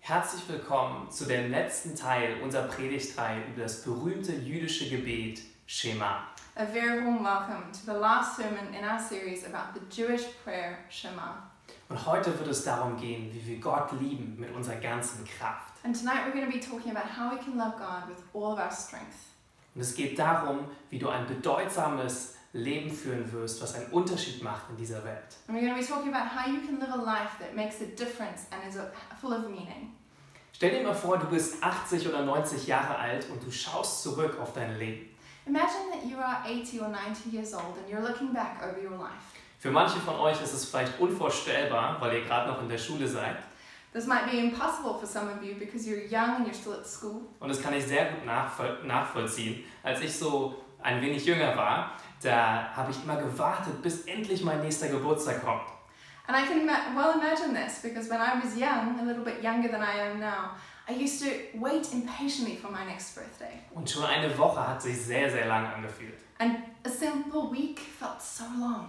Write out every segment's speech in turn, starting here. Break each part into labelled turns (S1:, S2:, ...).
S1: Herzlich willkommen zu dem letzten Teil unserer Predigtreihe über das berühmte jüdische Gebet Shema.
S2: A very warm welcome to the last sermon in our series about the Jewish prayer Shema.
S1: Und heute wird es darum gehen, wie wir Gott lieben mit unserer ganzen Kraft.
S2: And tonight we're going to be talking about how we can love God with all of our strength.
S1: Und es geht darum, wie du ein bedeutsames Leben führen wirst, was einen Unterschied macht in dieser Welt.
S2: And we're going to be talking about how you can live a life that makes a difference and is a- full of meaning.
S1: Stell dir mal vor, du bist 80 oder 90 Jahre alt und du schaust zurück auf dein Leben.
S2: Imagine that you are 80 or 90 years old and you're looking back over your life.
S1: Für manche von euch ist es vielleicht unvorstellbar, weil ihr gerade noch in der Schule seid.
S2: This might be impossible for some of you because you're young and you're still at school.
S1: Und das kann ich sehr gut nachvoll nachvollziehen. Als ich so ein wenig jünger war, da habe ich immer gewartet, bis endlich mein nächster Geburtstag kommt.
S2: And I can ma- well imagine this because when I was young, a little bit younger than I am now, I used to wait impatiently for my next birthday.
S1: Und schon eine Woche hat sich sehr, sehr lang angefühlt.
S2: And a simple week felt so long.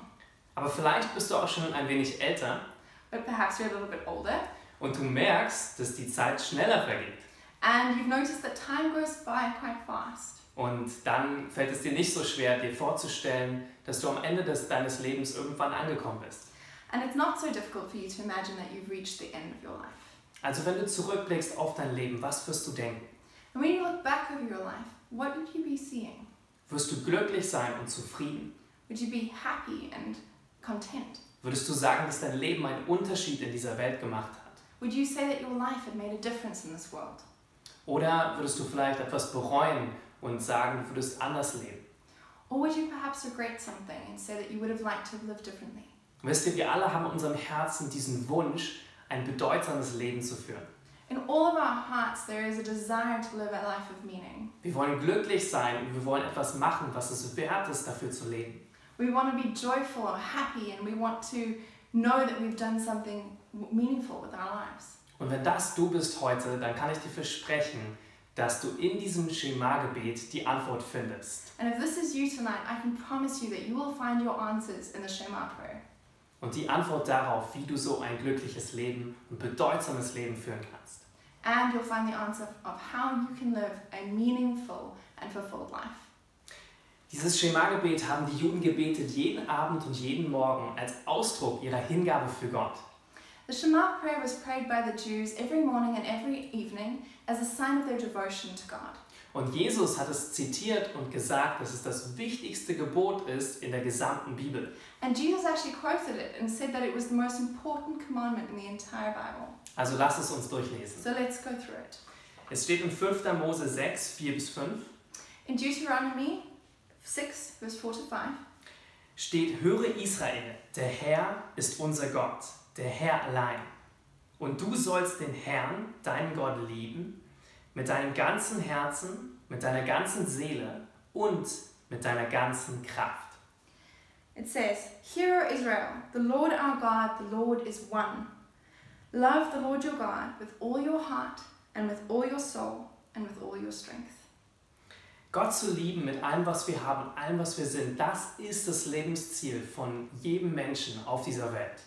S1: Aber vielleicht bist du auch schon ein wenig älter
S2: But perhaps you're a little bit older
S1: und du merkst, dass die Zeit schneller vergeht.
S2: and you've noticed that time goes by quite fast.
S1: Und dann fällt es dir nicht so schwer, dir vorzustellen, dass du am Ende des, deines Lebens irgendwann angekommen bist.
S2: And it's not so difficult for you to imagine that you've reached the end of your life.
S1: Also wenn du zurückblickst auf dein Leben, was wirst du denken?
S2: And when you look back over your life, what would you be seeing?
S1: Wirst du glücklich sein und zufrieden?
S2: Would you be happy and content?
S1: Würdest du sagen, dass dein Leben einen Unterschied in dieser Welt gemacht hat?
S2: Would you say that your life had made a difference in this world?
S1: Oder würdest du vielleicht etwas bereuen und sagen, du würdest anders leben?
S2: Or would you perhaps regret something and say that you would have liked to have lived differently?
S1: Wisst ihr, wir alle haben in unserem Herzen diesen Wunsch, ein bedeutsames Leben zu führen.
S2: In all of our hearts, there is a desire to live a life of meaning.
S1: Wir wollen glücklich sein und wir wollen etwas machen, was es wert ist, dafür zu leben.
S2: We want to be joyful or happy, and we want to know that we've done something w- meaningful with our lives.
S1: Und wenn das du bist heute, dann kann ich dir versprechen, dass du in diesem Schema-Gebet die Antwort findest.
S2: And if this is you tonight, I can promise you that you will find your answers in the Shema prayer.
S1: Und die Antwort darauf, wie du so ein glückliches Leben und bedeutsames Leben führen kannst.
S2: And you'll find the answer of how you can live a meaningful and fulfilled life.
S1: Dieses Schema-Gebet haben die Juden gebetet jeden Abend und jeden Morgen als Ausdruck ihrer Hingabe für Gott.
S2: The Shema prayer was prayed by the Jews every morning and every evening as a sign of their devotion to God.
S1: Und Jesus hat es zitiert und gesagt, dass es das wichtigste Gebot ist in der gesamten Bibel.
S2: And Jesus actually quoted it and said that it was the most important commandment in the entire Bible.
S1: Also lass es uns durchlesen.
S2: So let's go through it.
S1: Es steht in 5. Mose 6, 4 bis 5,
S2: In Deuteronomy 6, verse 4 to 5,
S1: steht, höre Israel, der Herr ist unser Gott, der Herr allein. Und du sollst den Herrn, deinen Gott, lieben, mit deinem ganzen Herzen, mit deiner ganzen Seele und mit deiner ganzen Kraft.
S2: it says, Hear, O Israel, the Lord our God, the Lord is one. Love the Lord your God with all your heart, and with all your soul, and with all your strength.
S1: Gott zu lieben mit allem, was wir haben, allem, was wir sind, das ist das Lebensziel von jedem Menschen auf dieser Welt.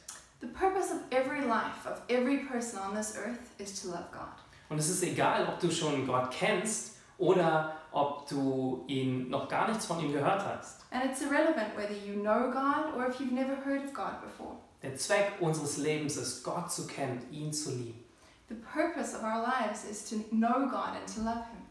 S2: The purpose of every life, of every person on this earth, is to love God.
S1: Und es ist egal, ob du schon Gott kennst oder ob du ihn noch gar nichts von ihm gehört hast.
S2: And it's irrelevant whether you know God or if you've never heard of God before.
S1: Der Zweck unseres Lebens ist, Gott zu kennen, ihn zu lieben.
S2: The purpose of our lives is to know God and to love Him.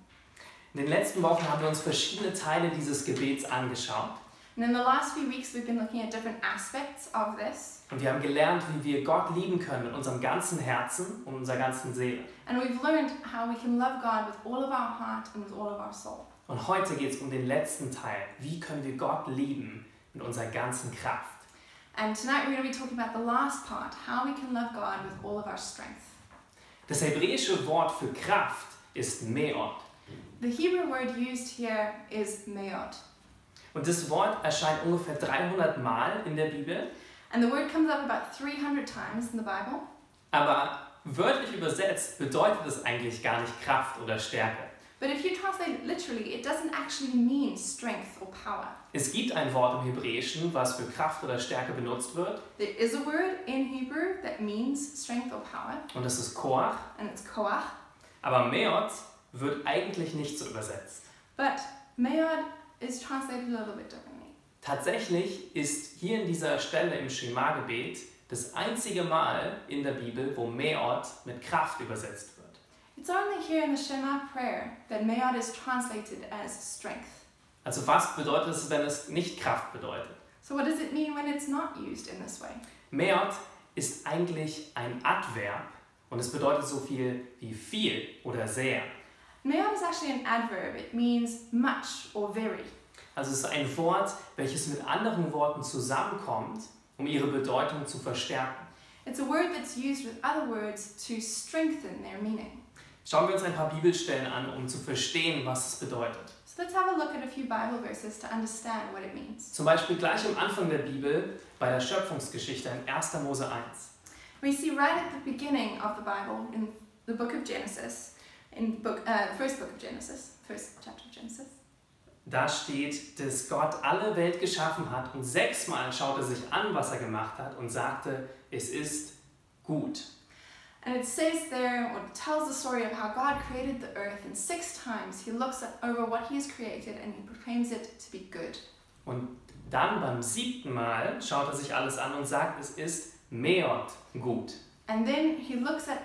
S1: In den letzten Wochen haben wir uns verschiedene Teile dieses Gebets angeschaut
S2: And in the last few weeks, we've been looking at different aspects of this,
S1: und wir haben gelernt, wie wir Gott lieben können mit unserem ganzen Herzen und unserer ganzen Seele.
S2: and we've learned how we can love God with all of our heart and with all of our soul.
S1: Und heute geht es um den letzten Teil. Wie können wir Gott lieben mit unserer ganzen Kraft?
S2: And tonight, we're going to be talking about the last part how we can love God with all of our strength.
S1: Das hebräische Wort für Kraft ist Meot.
S2: The Hebrew word used here is meot,
S1: Und das Wort erscheint ungefähr 300 Mal in der Bibel,
S2: and the word comes up about 300 times in the Bible.
S1: aber wörtlich übersetzt bedeutet es eigentlich gar nicht Kraft oder Stärke.
S2: But But if you translate it literally, it doesn't actually mean strength or power.
S1: Es gibt ein Wort im Hebräischen, was für Kraft oder Stärke benutzt wird,
S2: There is a word in Hebrew that means strength or power,
S1: und das ist Koach.
S2: and it's koach.
S1: Aber Meot wird eigentlich nicht so übersetzt.
S2: But mayod is translated a little bit differently.
S1: Tatsächlich ist hier in dieser Stelle im Schema-Gebet das einzige Mal in der Bibel, wo Meot mit Kraft übersetzt wird.
S2: It's only here in the Shema prayer that mayod is translated as strength.
S1: Also was bedeutet es, wenn es nicht Kraft bedeutet?
S2: So what does it mean when it's not used in this way?
S1: Meot ist eigentlich ein Adverb und es bedeutet so viel wie viel oder sehr.
S2: Mayod is actually an adverb. It means much or very.
S1: Also es ist ein Wort, welches mit anderen Worten zusammenkommt, um ihre Bedeutung zu verstärken.
S2: It's a word that's used with other words to strengthen their meaning.
S1: Schauen wir uns ein paar Bibelstellen an, um zu verstehen, was es bedeutet.
S2: So let's have a look at a few Bible verses to understand what it means.
S1: Zum Beispiel gleich am Anfang der Bibel bei der Schöpfungsgeschichte in 1. Mose 1.
S2: We see right at the beginning of the Bible, in the book of Genesis, in book, uh, first book of Genesis, first chapter of Genesis,
S1: Da steht, dass Gott alle Welt geschaffen hat und sechsmal schaut er sich an, was er gemacht hat und sagte, es ist gut.
S2: and it says there, or it tells the story of how God created the earth, and six times he looks at, over what he has created and he proclaims it to be good.
S1: Und dann beim siebten Mal schaut er sich alles an und sagt, es ist meot gut.
S2: And then he looks at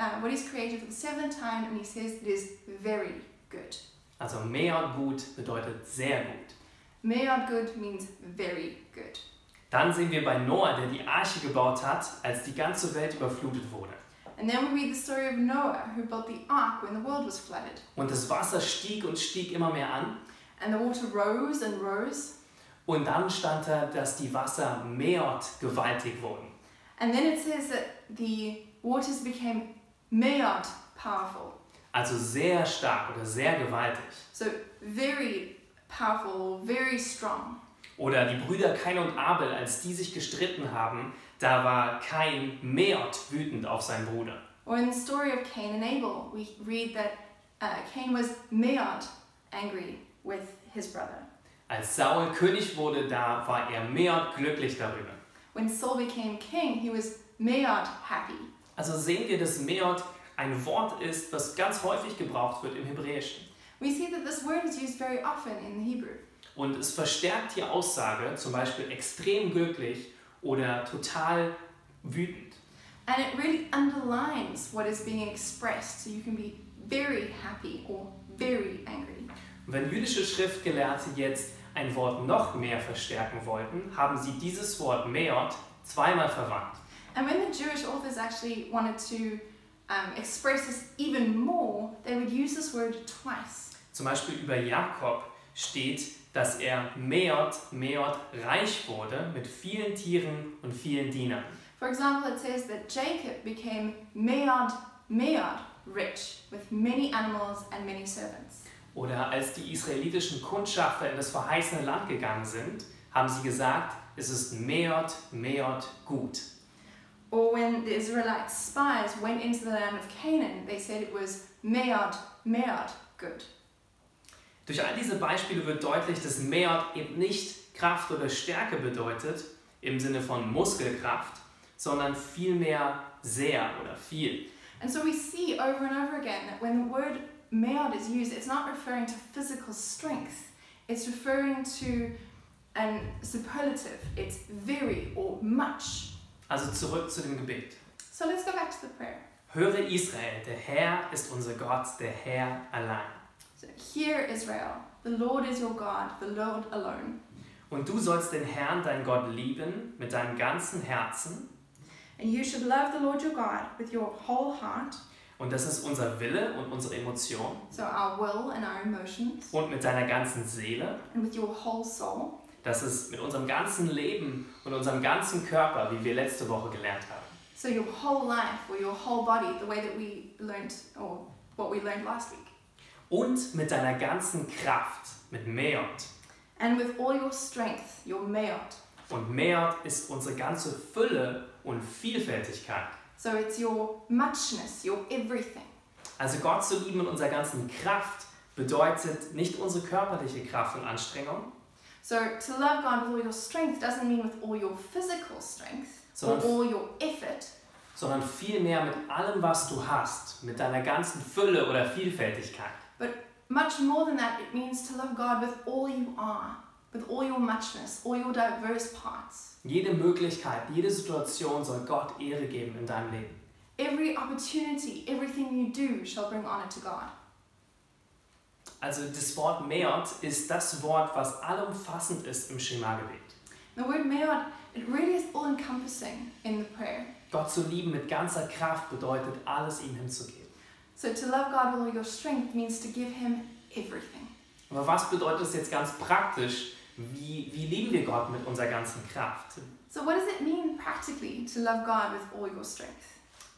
S2: uh, what he's created for the seventh time and he says it is very good.
S1: Also meot gut bedeutet sehr gut.
S2: Meod good means very good.
S1: Dann sehen wir bei Noah, der die Arche gebaut hat, als die ganze Welt überflutet wurde.
S2: And then we read the story of Noah, who built the ark when the world was flooded.
S1: Und das Wasser stieg und stieg immer mehr an.
S2: And the water rose and rose.
S1: Und dann stand da, dass die Wasser meot gewaltig wurden.
S2: And then it says that the waters became meod powerful.
S1: Also sehr stark oder sehr gewaltig.
S2: So very powerful, very strong.
S1: Oder die Brüder Kain und Abel, als die sich gestritten haben, da war Kain meot wütend auf seinen Bruder.
S2: Or in the story of Cain and Abel, we read that uh, Cain was meod angry with his brother.
S1: Als Saul König wurde, da war er meot glücklich darüber.
S2: When Saul became king, he was meod happy.
S1: Also sehen wir, dass meot ein Wort ist, das ganz häufig gebraucht wird im Hebräischen.
S2: We see that this word is used very often in Hebrew.
S1: Und es verstärkt die Aussage, zum Beispiel extrem glücklich oder total wütend.
S2: And it really underlines what is being expressed, so you can be very happy or very angry.
S1: Und wenn jüdische Schriftgelehrte jetzt ein Wort noch mehr verstärken wollten, haben sie dieses Wort meot zweimal verwandt.
S2: And when the Jewish authors actually wanted to um, express this even more, they would use this word twice.
S1: Zum Beispiel über Jakob steht, dass er meot, meot reich wurde mit vielen Tieren und vielen Dienern.
S2: For example, it says that Jacob became meod, meod rich, with many animals and many servants.
S1: Oder als die israelitischen Kundschafter in das verheißene Land gegangen sind, haben sie gesagt, es ist meot, meot gut.
S2: Or when the Israelite spies went into the land of Canaan, they said it was meod, meod good.
S1: Durch all diese Beispiele wird deutlich, dass Meot eben nicht Kraft oder Stärke bedeutet, im Sinne von Muskelkraft, sondern vielmehr sehr oder viel.
S2: And so we see over and over again that when the word meod is used, it's not referring to physical strength, it's referring to an superlative. It's very or much.
S1: Also zurück zu dem Gebet.
S2: So let's go back to the prayer.
S1: Höre Israel, der Herr ist unser Gott, der Herr allein.
S2: So, hear Israel, the Lord is your God, the Lord alone.
S1: Und du sollst den Herrn, dein Gott, lieben mit deinem ganzen Herzen.
S2: And you should love the Lord your God with your whole heart,
S1: Und das ist unser Wille und unsere Emotion.
S2: so our will and our emotions,
S1: Und mit deiner ganzen Seele.
S2: and with your whole soul,
S1: Das ist mit unserem ganzen Leben und unserem ganzen Körper, wie wir letzte Woche gelernt haben.
S2: so your whole life or your whole body, the way that we learned or what we learned last week.
S1: und mit deiner ganzen Kraft, mit Meot.
S2: and with all your strength, your meot.
S1: Und Meot ist unsere ganze Fülle und Vielfältigkeit.
S2: So it's your muchness, your everything.
S1: Also Gott zu lieben mit unserer ganzen Kraft bedeutet nicht unsere körperliche Kraft und Anstrengung,
S2: So to love God with all your strength doesn't mean with all your physical strength
S1: So
S2: or
S1: if-
S2: all your effort.
S1: sondern vielmehr mit allem, was du hast, mit deiner ganzen Fülle oder Vielfältigkeit.
S2: Much more than that, it means to love God with all you are, with all your muchness, all your diverse parts.
S1: Jede Möglichkeit, jede Situation soll Gott Ehre geben in deinem Leben.
S2: Every opportunity, everything you do shall bring honor to God.
S1: Also das Wort Meot ist das Wort, was allumfassend ist im Schema-Gebet.
S2: The word meod, it really is all encompassing in the prayer.
S1: Gott zu lieben mit ganzer Kraft bedeutet, alles ihm hinzugeben.
S2: So to love God with all your strength means to give Him everything.
S1: Aber was bedeutet es jetzt ganz praktisch? Wie, wie lieben wir Gott mit unserer ganzen Kraft?
S2: So, what does it mean practically to love God with all your strength?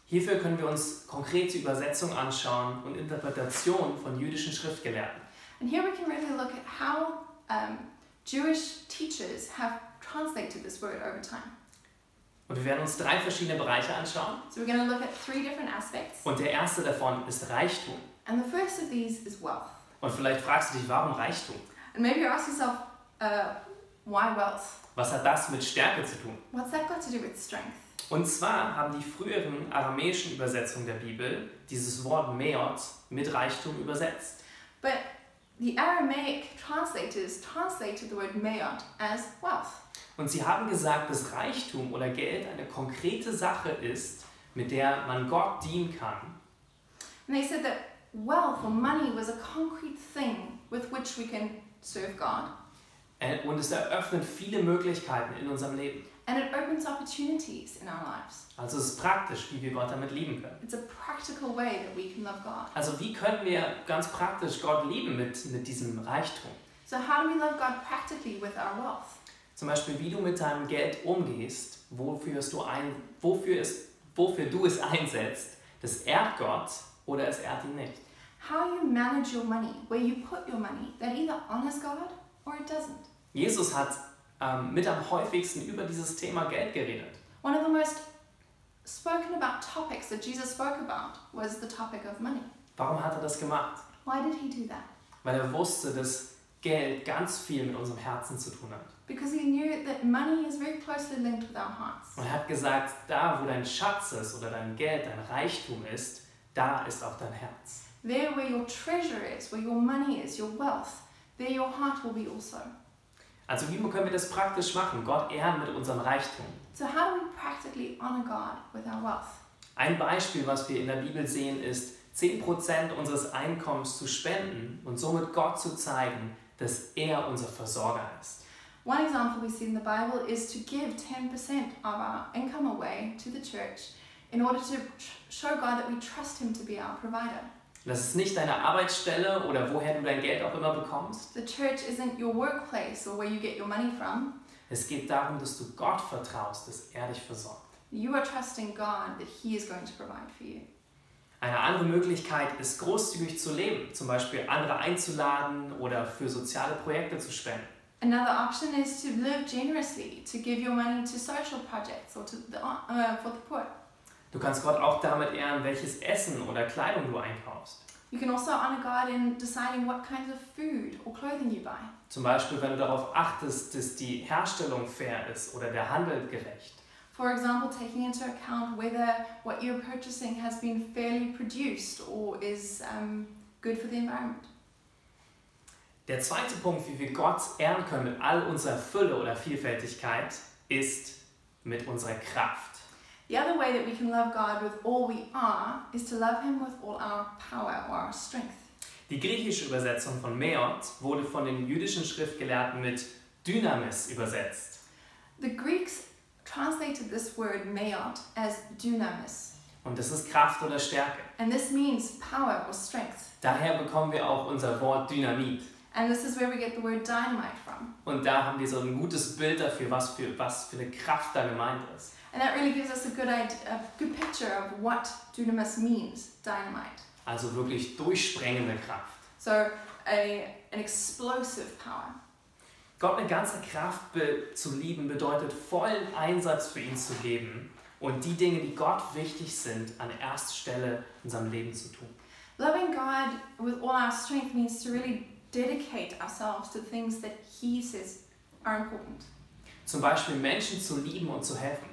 S1: Hierfür können wir uns konkrete Übersetzungen anschauen und Interpretationen von jüdischen Schriftgelehrten.
S2: And here we can really look at how um, Jewish teachers have translated this word over time.
S1: Und wir werden uns drei verschiedene Bereiche anschauen.
S2: So, we're going to look at three different aspects.
S1: Und der erste davon ist Reichtum.
S2: And the first of these is wealth.
S1: Und vielleicht fragst du dich, warum Reichtum?
S2: And maybe you ask yourself, uh, why wealth?
S1: Was hat das mit Stärke zu tun?
S2: What's that got to do with strength?
S1: Und zwar haben die früheren aramäischen Übersetzungen der Bibel dieses Wort Meot mit Reichtum übersetzt.
S2: But the Aramaic translators translated the word mayot as wealth.
S1: Und sie haben gesagt, dass Reichtum oder Geld eine konkrete Sache ist, mit der man Gott dienen kann
S2: And they said that wealth or money was a concrete thing with which we can serve God.
S1: äh, und es eröffnet viele Möglichkeiten in unserem Leben.
S2: And it opens opportunities in our lives.
S1: Also es ist praktisch, wie wir Gott damit lieben können.
S2: It's a practical way that we can love God.
S1: Also wie können wir ganz praktisch Gott lieben mit, mit diesem Reichtum?
S2: So, how do we love God practically with our wealth?
S1: Zum Beispiel, wie du mit deinem Geld umgehst, wofür, es du, ein, wofür, es, wofür du es einsetzt, das ehrt Gott oder es ehrt ihn nicht.
S2: How you manage your money, where you put your money, that either honors God or it doesn't.
S1: Jesus hat ähm, mit am häufigsten über dieses Thema Geld geredet.
S2: One of the most spoken about topics that Jesus spoke about was the topic of money.
S1: Warum hat er das gemacht?
S2: Why did he do that?
S1: Weil er wusste, dass Geld ganz viel mit unserem Herzen zu tun hat.
S2: Because he knew that money is very closely linked with our hearts.
S1: Und er hat gesagt, da wo dein Schatz ist oder dein Geld, dein Reichtum ist, da ist auch dein Herz.
S2: There, where your treasure is, where your money is, your wealth, there your heart will be also.
S1: Also wie können wir das praktisch machen? Gott ehren mit unserem Reichtum.
S2: So, how do we practically honor God with our wealth?
S1: Ein Beispiel, was wir in der Bibel sehen, ist, 10% unseres Einkommens zu spenden und somit Gott zu zeigen, dass er unser Versorger ist.
S2: One example we see in the Bible is to give 10% of our income away to the church in order to tr- show God that we trust Him to be our provider.
S1: Das ist nicht deine Arbeitsstelle oder woher du dein Geld auch immer bekommst.
S2: The church isn't your workplace or where you get your money from.
S1: Es geht darum, dass du Gott vertraust, dass er dich versorgt.
S2: You are trusting God that He is going to provide for you.
S1: Eine andere Möglichkeit ist, großzügig zu leben, zum Beispiel andere einzuladen oder für soziale Projekte zu spenden.
S2: Another option is to live generously, to give your money to social projects or to the, uh, for the poor.
S1: Du kannst Gott auch damit ehren, welches Essen oder Kleidung du einkaufst.
S2: You can also honor God in deciding what kinds of food or clothing you buy.
S1: Zum Beispiel, wenn du darauf achtest, dass die Herstellung fair ist oder der Handel gerecht.
S2: For example, taking into account whether what you're purchasing has been fairly produced or is um, good for the environment.
S1: Der zweite Punkt, wie wir Gott ehren können mit all unserer Fülle oder Vielfältigkeit, ist mit unserer Kraft.
S2: The other way that we can love God with all we are is to love Him with all our power or our strength.
S1: Die griechische Übersetzung von Meot wurde von den jüdischen Schriftgelehrten mit Dynamis übersetzt.
S2: The Greeks translated this word meiot as dunamis,
S1: Und das ist Kraft oder Stärke.
S2: and this means power or strength.
S1: Daher bekommen wir auch unser Wort Dynamit.
S2: And this is where we get the word dynamite from.
S1: Und da haben wir so ein gutes Bild dafür, was für, was für eine Kraft da gemeint ist.
S2: And that really gives us a good, idea, a good picture of what dunamis means dynamite.
S1: Also wirklich durchsprengende Kraft.
S2: So, a, an explosive power.
S1: Gott mit ganzer Kraft be zu lieben bedeutet vollen Einsatz für ihn zu geben und die Dinge, die Gott wichtig sind, an erster Stelle in seinem Leben zu tun.
S2: Loving God with all our strength means to really dedicate ourselves to things that He says are important.
S1: Zum Beispiel Menschen zu lieben und zu helfen.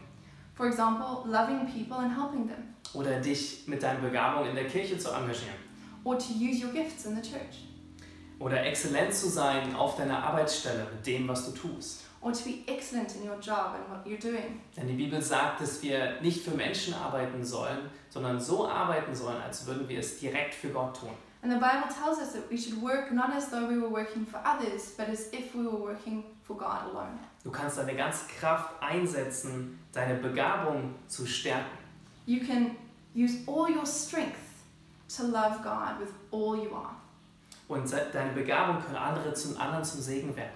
S2: For example, loving people and helping them,
S1: Oder dich mit deinen Begabungen in der Kirche zu engagieren.
S2: or to use your gifts in the church,
S1: Oder exzellent zu sein auf deiner Arbeitsstelle mit dem, was du tust.
S2: or to be excellent in your job and what you're doing.
S1: Denn die Bibel sagt, dass wir nicht für Menschen arbeiten sollen, sondern so arbeiten sollen, als würden wir es direkt für Gott tun.
S2: And the Bible tells us that we should work not as though we were working for others, but as if we were working for God alone.
S1: Du kannst deine ganze Kraft einsetzen, deine Begabung zu stärken.
S2: You can use all your strength to love God with all you are.
S1: Und se- deine Begabung können andere zum anderen zum Segen werden.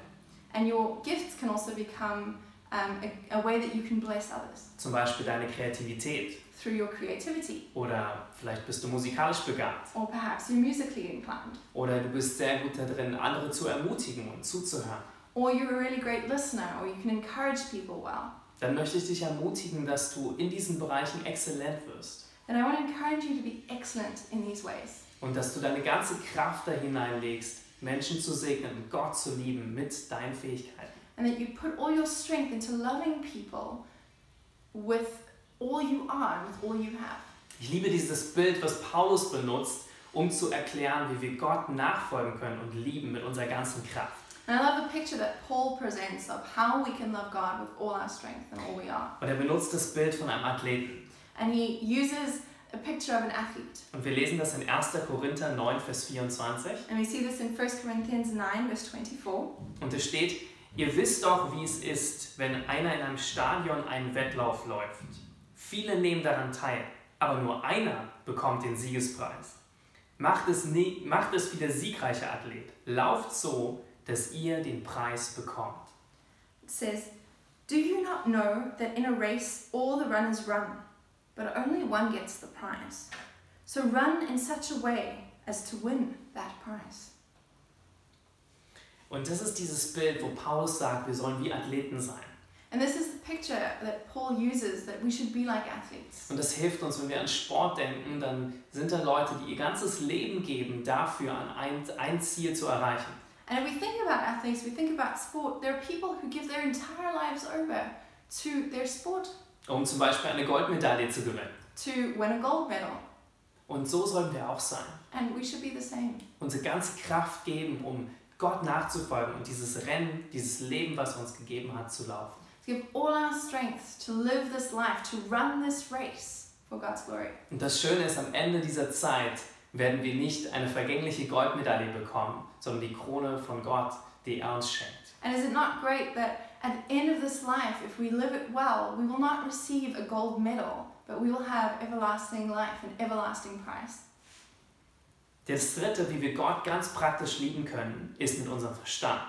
S2: And your gifts can also become um, a, a way that you can bless others
S1: Zum Beispiel deine Kreativität.
S2: through your creativity,
S1: Oder vielleicht bist du musikalisch begabt.
S2: or perhaps you're musically inclined,
S1: Oder du bist sehr gut da drin, andere zu ermutigen und zuzuhören.
S2: or you're a really great listener, or you can encourage people well.
S1: Dann möchte ich dich ermutigen, dass du in diesen Bereichen exzellent wirst.
S2: And I want to encourage you to be excellent in these ways,
S1: Und dass du deine ganze Kraft da hineinlegst, Menschen zu segnen, Gott zu lieben mit deinen Fähigkeiten.
S2: and that you put all your strength into loving people with all you are and with all you have.
S1: Ich liebe dieses Bild, was Paulus benutzt, um zu erklären, wie wir Gott nachfolgen können und lieben mit unserer ganzen Kraft.
S2: And I love the picture that Paul presents of how we can love God with all our strength and all we are.
S1: Und er benutzt das Bild von einem Athleten.
S2: And he uses a picture of an athlete.
S1: Und wir lesen das in 1. Korinther 9, Vers 24.
S2: And we see this in 1 Corinthians 9, verse 24.
S1: Und es steht, ihr wisst doch, wie es ist, wenn einer in einem Stadion einen Wettlauf läuft. Viele nehmen daran teil, aber nur einer bekommt den Siegespreis. Macht es, nie, macht es wie der siegreiche Athlet. Lauft so, dass ihr den Preis bekommt.
S2: It says, Do you not know that in a race all the runners run, but only one gets the prize? So run in such a way as to win that prize.
S1: Und das ist dieses Bild, wo Paulus sagt, wir sollen wie Athleten sein.
S2: And this is the picture that Paul uses that we should be like athletes.
S1: Und das hilft uns, wenn wir an Sport denken, dann sind da Leute, die ihr ganzes Leben geben, dafür an ein, ein Ziel zu erreichen.
S2: And if we think about athletes, we think about sport, there are people who give their entire lives over to their sport
S1: Um zum Beispiel eine Goldmedaille zu gewinnen.
S2: to win a gold medal.
S1: Und so sollen wir auch sein.
S2: And we should be the same.
S1: Unsere ganze Kraft geben, um Gott nachzufolgen und dieses Rennen, dieses Leben, was er uns gegeben hat, zu laufen.
S2: To give all our strength to live this life, to run this race for God's glory.
S1: Und das Schöne ist, am Ende dieser Zeit werden wir nicht eine vergängliche Goldmedaille bekommen, sondern die Krone von Gott, die er uns schenkt.
S2: And is it not great that at the end of this life, if we live it well, we will not receive a gold medal, but we will have everlasting life and everlasting prize?
S1: Das Dritte, wie wir Gott ganz praktisch lieben können, ist mit unserem Verstand.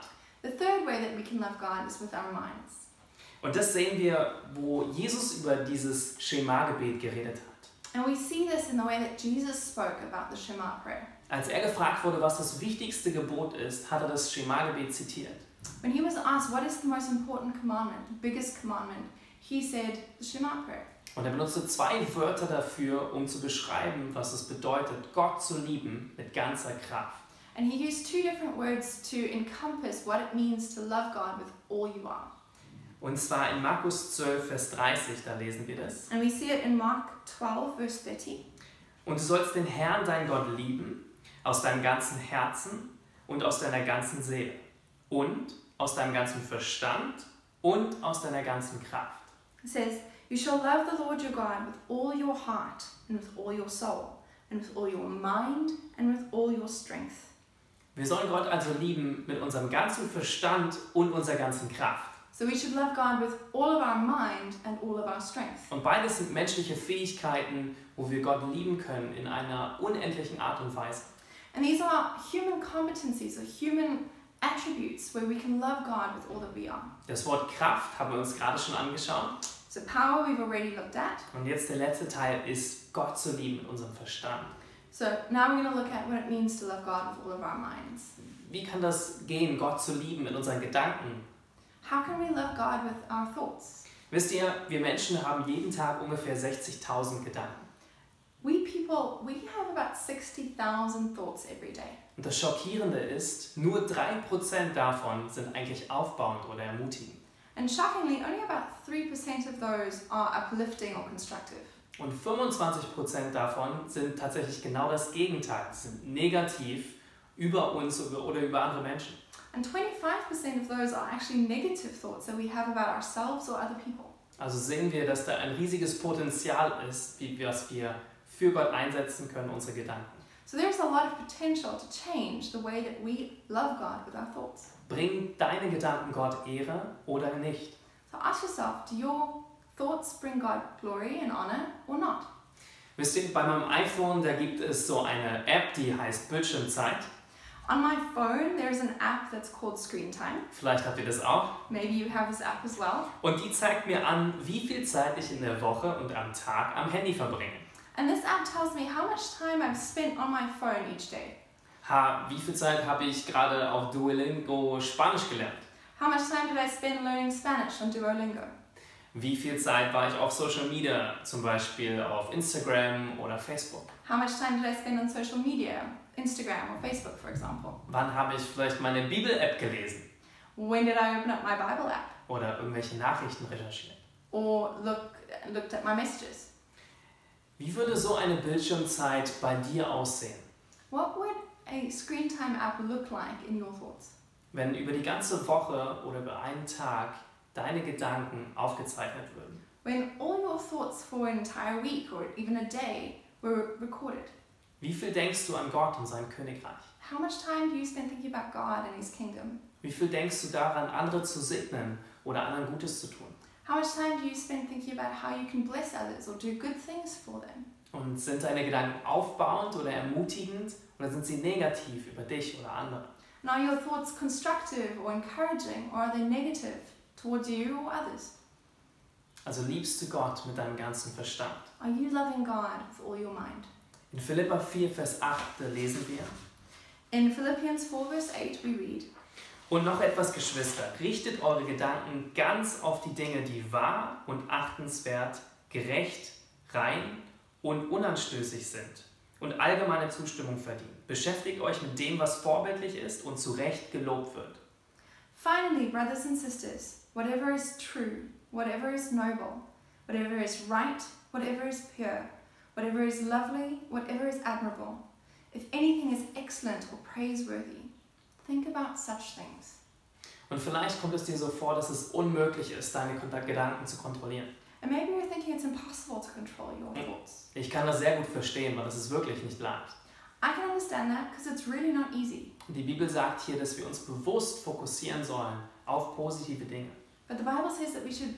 S2: The third way that we can love God is with our minds.
S1: Und das sehen wir, wo Jesus über dieses Schema-Gebet geredet hat.
S2: And we see this in the way that Jesus spoke about the Shema prayer.
S1: Als er gefragt wurde, was das wichtigste Gebot ist, hat er das Schema-Gebet zitiert.
S2: When he was asked, What is the most important commandment, the biggest commandment? He said, The Shema prayer.
S1: Und er benutzte zwei Wörter dafür, um zu beschreiben, was es bedeutet, Gott zu lieben mit ganzer Kraft.
S2: And he used two different words to encompass what it means to love God with all you are.
S1: Und zwar in Markus 12, Vers 30, da lesen wir das.
S2: And we see it in Mark 12, verse 30.
S1: Und du sollst den Herrn, dein Gott, lieben, aus deinem ganzen Herzen und aus deiner ganzen Seele und aus deinem ganzen Verstand und aus deiner ganzen Kraft.
S2: It says, You shall love the Lord your God with all your heart, and with all your soul, and with all your mind, and with all your strength.
S1: Wir sollen Gott also lieben mit unserem ganzen Verstand und unserer ganzen Kraft.
S2: So we should love God with all of our mind and all of our strength.
S1: Und beides sind menschliche Fähigkeiten, wo wir Gott lieben können in einer unendlichen Art und Weise.
S2: And these are human competencies or human attributes where we can love God with all that we are.
S1: Das Wort Kraft haben wir uns gerade schon angeschaut.
S2: So, power we've already looked at.
S1: Und jetzt der letzte Teil ist, Gott zu lieben mit unserem Verstand.
S2: So, now we're going to look at what it means to love God with all of our minds.
S1: Wie kann das gehen, Gott zu lieben mit unseren Gedanken?
S2: How can we love God with our thoughts?
S1: Wisst ihr, wir Menschen haben jeden Tag ungefähr 60.000 Gedanken.
S2: We people, we have about about 60,000 thoughts every day.
S1: Und das Schockierende ist, nur 3% davon sind eigentlich aufbauend oder ermutigend.
S2: And shockingly, only about 3% of those are uplifting or constructive.
S1: Und 25% davon sind tatsächlich genau das Gegenteil, sind negativ über uns oder über andere Menschen.
S2: And 25% of those are actually negative thoughts that we have about ourselves or other people.
S1: Also sehen wir, dass da ein riesiges Potenzial ist, wie was wir für Gott einsetzen können, unsere Gedanken.
S2: So there's a lot of potential to change the way that we love God with our thoughts.
S1: Bringen deine Gedanken Gott Ehre oder nicht?
S2: So ask yourself do your thoughts bring God glory and honor or not?
S1: Wisst ihr, bei meinem iPhone, da gibt es so eine App, die heißt Bildschirmzeit.
S2: On my phone, there's an app that's called Screen Time.
S1: Vielleicht habt ihr das auch.
S2: Maybe you have this app as well.
S1: Und die zeigt mir an, wie viel Zeit ich in der Woche und am Tag am Handy verbringe.
S2: And this app tells me how much time I've spent on my phone each day,
S1: Ha, wie viel Zeit habe ich gerade auf Duolingo Spanisch gelernt?
S2: how much time did I spend learning Spanish on Duolingo,
S1: Wie viel Zeit war ich auf Social Media, zum Beispiel auf Instagram oder Facebook?
S2: how much time did I spend on social media, Instagram or Facebook, for example.
S1: Wann habe ich vielleicht meine Bibel-App gelesen
S2: When did I open up my Bible app
S1: oder irgendwelche Nachrichten recherchiert?
S2: or look, looked at my messages?
S1: Wie würde so eine Bildschirmzeit bei dir aussehen,
S2: What would a screen time app look like in your thoughts?
S1: wenn über die ganze Woche oder über einen Tag deine Gedanken aufgezeichnet würden?
S2: When all your thoughts for an entire week or even a day were recorded,
S1: Wie viel denkst du an Gott und sein Königreich?
S2: how much time do you spend thinking about God and His kingdom?
S1: Wie viel denkst du daran, andere zu segnen oder anderen Gutes zu tun?
S2: How much time do you spend thinking about how you can bless others or do good things for them?
S1: Und sind deine Gedanken aufbauend oder ermutigend oder sind sie negativ über dich oder andere?
S2: And are your thoughts constructive or encouraging or are they negative towards you or others?
S1: Also liebst du Gott mit deinem ganzen Verstand.
S2: Are you loving God with all your mind?
S1: In Philippa 4, Vers 8 da lesen wir.
S2: In Philippians 4, verse 8, we read,
S1: Und noch etwas, Geschwister, richtet eure Gedanken ganz auf die Dinge, die wahr und achtenswert, gerecht, rein und unanstößig sind und allgemeine Zustimmung verdienen. Beschäftigt euch mit dem, was vorbildlich ist und zu Recht gelobt wird.
S2: Finally, brothers and sisters, whatever is true, whatever is noble, whatever is right, whatever is pure, whatever is lovely, whatever is admirable, if anything is excellent or praiseworthy, think about such things.
S1: Und vielleicht kommt es dir so vor, dass es unmöglich ist, deine Kon- Gedanken zu kontrollieren.
S2: And maybe you're thinking it's impossible to control your thoughts.
S1: Ich kann das sehr gut verstehen, weil das ist wirklich nicht leicht.
S2: I can understand that because it's really not easy.
S1: Die Bibel sagt hier, dass wir uns bewusst fokussieren sollen auf positive Dinge.
S2: But the Bible says that we should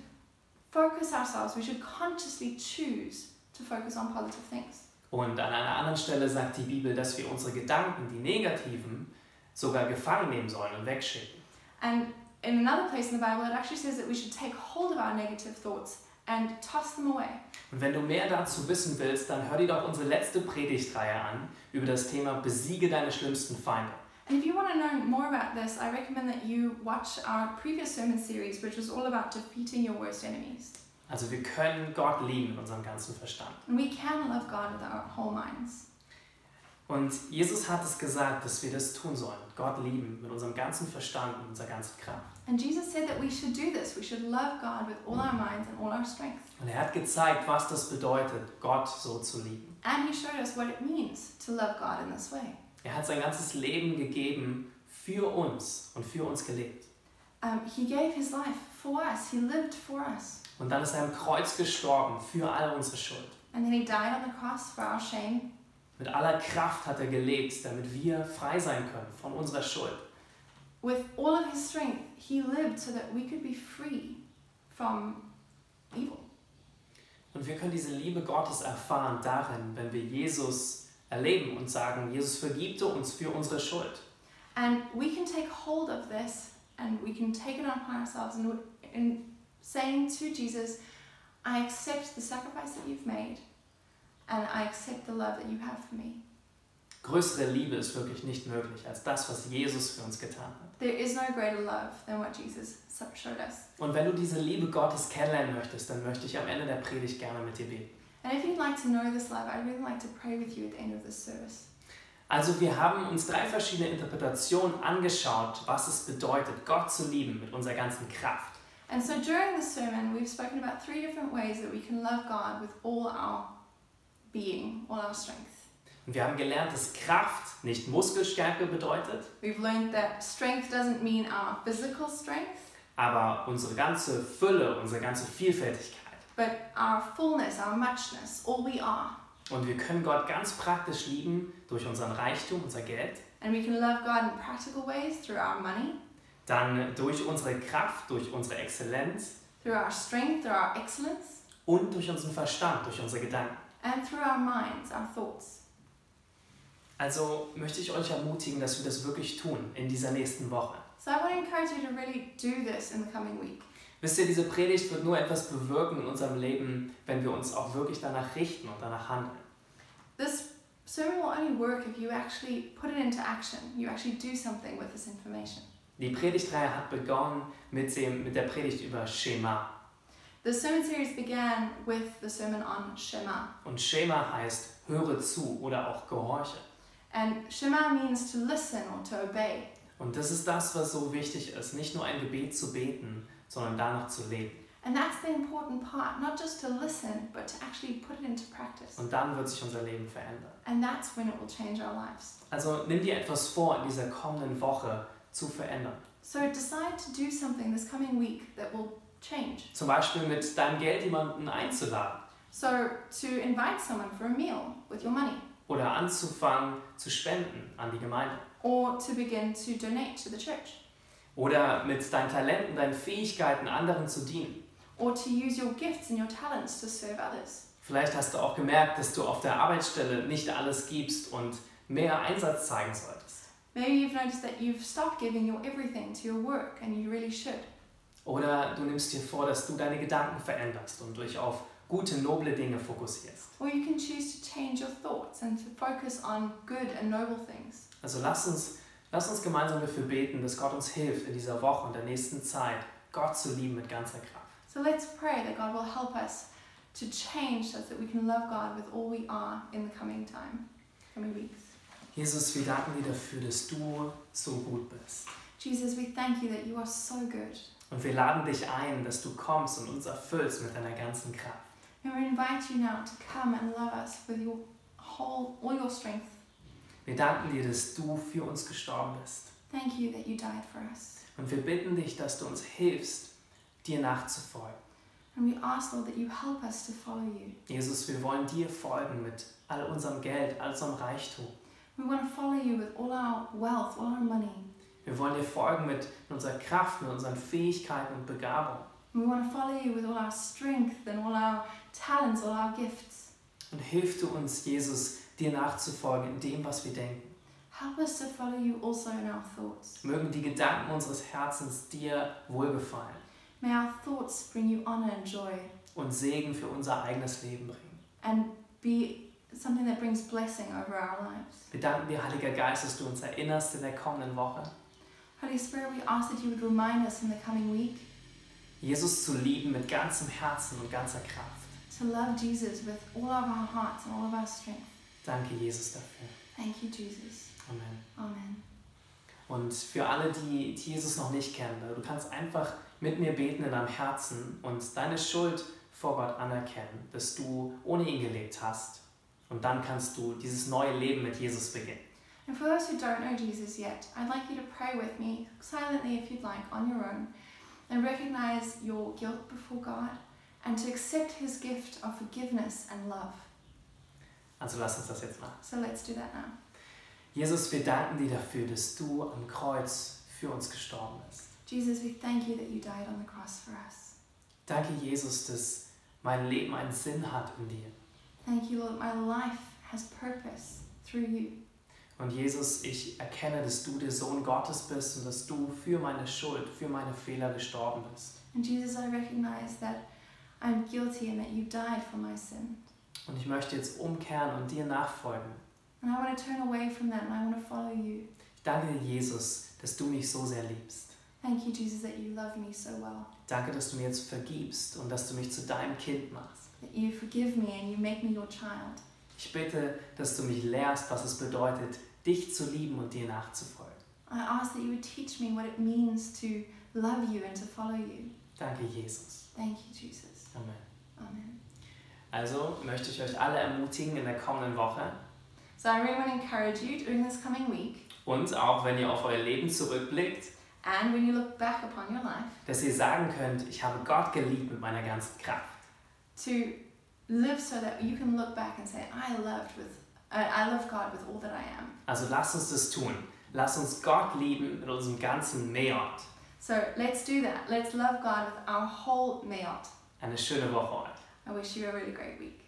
S2: focus ourselves, we should consciously choose to focus on positive things.
S1: Und an einer anderen Stelle sagt die Bibel, dass wir unsere Gedanken, die negativen, sogar gefangen nehmen sollen und wegschicken.
S2: And in another place in the Bible, it actually says that we should take hold of our negative thoughts and toss them away.
S1: Und wenn du mehr dazu wissen willst, dann hör dir doch unsere letzte Predigtreihe an über das Thema Besiege deine schlimmsten Feinde.
S2: And if you want to know more about this, I recommend that you watch our previous sermon series, which was all about defeating your worst enemies.
S1: Also wir können Gott lieben mit unserem ganzen Verstand.
S2: And we can love God with our whole minds.
S1: Und Jesus hat es gesagt, dass wir das tun sollen, Gott lieben mit unserem ganzen Verstand und unserer ganzen Kraft.
S2: And Jesus said that we should do this. We should love God with all our minds and all our strength.
S1: Und er hat gezeigt, was das bedeutet, Gott so zu lieben.
S2: And he showed us what it means to love God in this way.
S1: Er hat sein ganzes Leben gegeben für uns und für uns gelebt.
S2: Um, he gave his life for us, he lived for us.
S1: Und dann ist er am Kreuz gestorben für all unsere Schuld.
S2: And then he died on the cross for our shame
S1: Mit aller Kraft hat er gelebt, damit wir frei sein können von unserer Schuld.
S2: with all of his strength, he lived so that we could be free from evil.
S1: Und wir können diese Liebe Gottes erfahren darin, wenn wir Jesus erleben und sagen, Jesus vergibte uns für unsere Schuld.
S2: And we can take hold of this and we can take it upon ourselves in, in saying to Jesus, I accept the sacrifice that you've made and I accept the love that you have for me.
S1: Größere Liebe ist wirklich nicht möglich als das, was Jesus für uns getan hat.
S2: There is no greater love than what Jesus showed us.
S1: Und wenn du diese Liebe Gottes kennenlernen möchtest, dann möchte ich am Ende der Predigt gerne mit dir beten.
S2: And And if you'd like to know this love, I'd really like to pray with you at the end of this service.
S1: Also wir haben uns drei verschiedene Interpretationen angeschaut, was es bedeutet, Gott zu lieben mit unserer ganzen Kraft.
S2: And so during the sermon, we've spoken about three different ways that we can love God with all our being, all our strength.
S1: Und wir haben gelernt, dass Kraft nicht Muskelstärke bedeutet,
S2: We've learned that strength doesn't mean our physical strength,
S1: aber unsere ganze Fülle, unsere ganze Vielfältigkeit.
S2: but our fullness, our muchness, all we are.
S1: Und wir können Gott ganz praktisch lieben durch unseren Reichtum, unser Geld,
S2: And we can love God in practical ways through our money,
S1: dann durch unsere Kraft, durch unsere Exzellenz
S2: through our strength, through our excellence,
S1: und durch unseren Verstand, durch unsere Gedanken.
S2: and through our minds, our thoughts.
S1: Also möchte ich euch ermutigen, dass wir das wirklich tun in dieser nächsten Woche.
S2: So I want to encourage you to really do this in the coming week.
S1: Wisst ihr, diese Predigt wird nur etwas bewirken in unserem Leben, wenn wir uns auch wirklich danach richten und danach handeln.
S2: This sermon will only work if you actually put it into action. You actually do something with this information.
S1: Die Predigtreihe hat begonnen mit, dem, mit der Predigt über Schema.
S2: The sermon series began with the sermon on Shema.
S1: Und Schema heißt höre zu oder auch gehorche.
S2: And Shema means to listen or to obey.
S1: Und das ist das, was so wichtig ist. Nicht nur ein Gebet zu beten, sondern danach zu leben.
S2: And that's the important part, not just to listen, but to actually put it into practice.
S1: Und dann wird sich unser Leben verändern.
S2: And that's when it will change our lives.
S1: Also nimm dir etwas vor, in dieser kommenden Woche zu verändern.
S2: So decide to do something this coming week that will change.
S1: Zum Beispiel mit deinem Geld jemanden einzuladen
S2: So to invite someone for a meal with your money,
S1: oder anzufangen zu spenden an die Gemeinde.
S2: or to begin to donate to the church,
S1: Oder mit deinen Talenten, deinen Fähigkeiten anderen zu dienen.
S2: or to use your gifts and your talents to serve others.
S1: Vielleicht hast du auch gemerkt, dass du auf der Arbeitsstelle nicht alles gibst und mehr Einsatz zeigen solltest.
S2: Maybe you've noticed that you've stopped giving your everything to your work and you really should.
S1: Oder du nimmst dir vor, dass du deine Gedanken veränderst und dich auf gute, noble Dinge fokussierst.
S2: Or you can choose to change your thoughts and to focus on good and noble things.
S1: Also lass uns, lass uns gemeinsam dafür beten, dass Gott uns hilft, in dieser Woche und der nächsten Zeit Gott zu lieben mit ganzer Kraft.
S2: So let's pray that God will help us to change so that we can love God with all we are in the coming time, coming weeks.
S1: Jesus, wir danken dir dafür, dass du so gut bist.
S2: Jesus, we thank you that you are so good.
S1: Und wir laden dich ein, dass du kommst und uns erfüllst mit deiner ganzen Kraft.
S2: And we invite you now to come and love us with your whole, all your strength.
S1: Wir danken dir, dass du für uns gestorben bist.
S2: Thank you that you died for us.
S1: Und wir bitten dich, dass du uns hilfst, dir nachzufolgen.
S2: And we ask, Lord, that you help us to follow you.
S1: Jesus, wir wollen dir folgen mit all unserem Geld, all unserem Reichtum.
S2: We want to follow you with all our wealth, all our money.
S1: Wir wollen dir folgen mit unserer Kraft, mit unseren Fähigkeiten und Begabung.
S2: We want to follow you with all our strength and all our talents, all our gifts.
S1: Und hilf du uns, Jesus, dir nachzufolgen in dem, was wir denken.
S2: Help us to follow you also in our thoughts.
S1: Mögen die Gedanken unseres Herzens dir wohlgefallen
S2: May our thoughts bring you honor and joy
S1: und Segen für unser eigenes Leben bringen.
S2: and be something that brings blessing over our lives.
S1: Wir danken dir, Heiliger Geist, dass du uns erinnerst in der kommenden Woche,
S2: Holy Spirit, we ask that you would remind us in the coming week
S1: Jesus zu lieben mit ganzem Herzen und ganzer Kraft.
S2: to love Jesus with all of our hearts and all of our strength.
S1: Danke, Jesus, dafür.
S2: Thank you, Jesus.
S1: Amen.
S2: Amen.
S1: Und für alle, die die Jesus noch nicht kennen, ne, du kannst einfach mit mir beten in deinem Herzen und deine Schuld vor Gott anerkennen, dass du ohne ihn gelebt hast. Und dann kannst du dieses neue Leben mit Jesus beginnen.
S2: And for those who don't know Jesus yet, I'd like you to pray with me, silently if you'd like, on your own, and recognize your guilt before God and to accept his gift of forgiveness and love.
S1: Also lass uns das jetzt machen.
S2: So let's do that now.
S1: Jesus, wir danken dir dafür, dass du am Kreuz für uns gestorben bist.
S2: Jesus, we thank you that you died on the cross for us.
S1: Danke, Jesus, dass mein Leben einen Sinn hat in dir.
S2: Thank you, Lord, my life has purpose through you.
S1: Und Jesus, ich erkenne, dass du der Sohn Gottes bist und dass du für meine Schuld, für meine Fehler gestorben bist.
S2: And Jesus, I recognize that I'm guilty and that you died for my sin.
S1: Und ich möchte jetzt umkehren und dir nachfolgen.
S2: And I want to turn away from that and I want to follow you.
S1: Ich danke dir, Jesus, dass du mich so sehr liebst.
S2: Thank you, Jesus, that you love me so well.
S1: Danke, dass du mir jetzt vergibst und dass du mich zu deinem Kind machst.
S2: that that you forgive me and you make me your child.
S1: Ich bitte, dass du mich lehrst, was es bedeutet, dich zu lieben und dir nachzufolgen.
S2: I ask that you would teach me what it means to love you and to follow you.
S1: Danke, Jesus.
S2: Thank you, Jesus.
S1: Amen.
S2: Amen.
S1: Also möchte ich euch alle ermutigen in der kommenden Woche
S2: So I really want to encourage you during this coming week
S1: und auch wenn ihr auf euer Leben zurückblickt,
S2: and when you look back upon your life
S1: dass ihr sagen könnt, ich habe Gott geliebt mit meiner ganzen Kraft.
S2: to live so that you can look back and say, I loved with, uh, I love God with all that I am.
S1: Also lasst uns das tun. Lasst uns Gott lieben mit unserem ganzen Meot.
S2: So let's do that. Let's love God with our whole mayot.
S1: Eine schöne Woche euch.
S2: I wish you a really great week.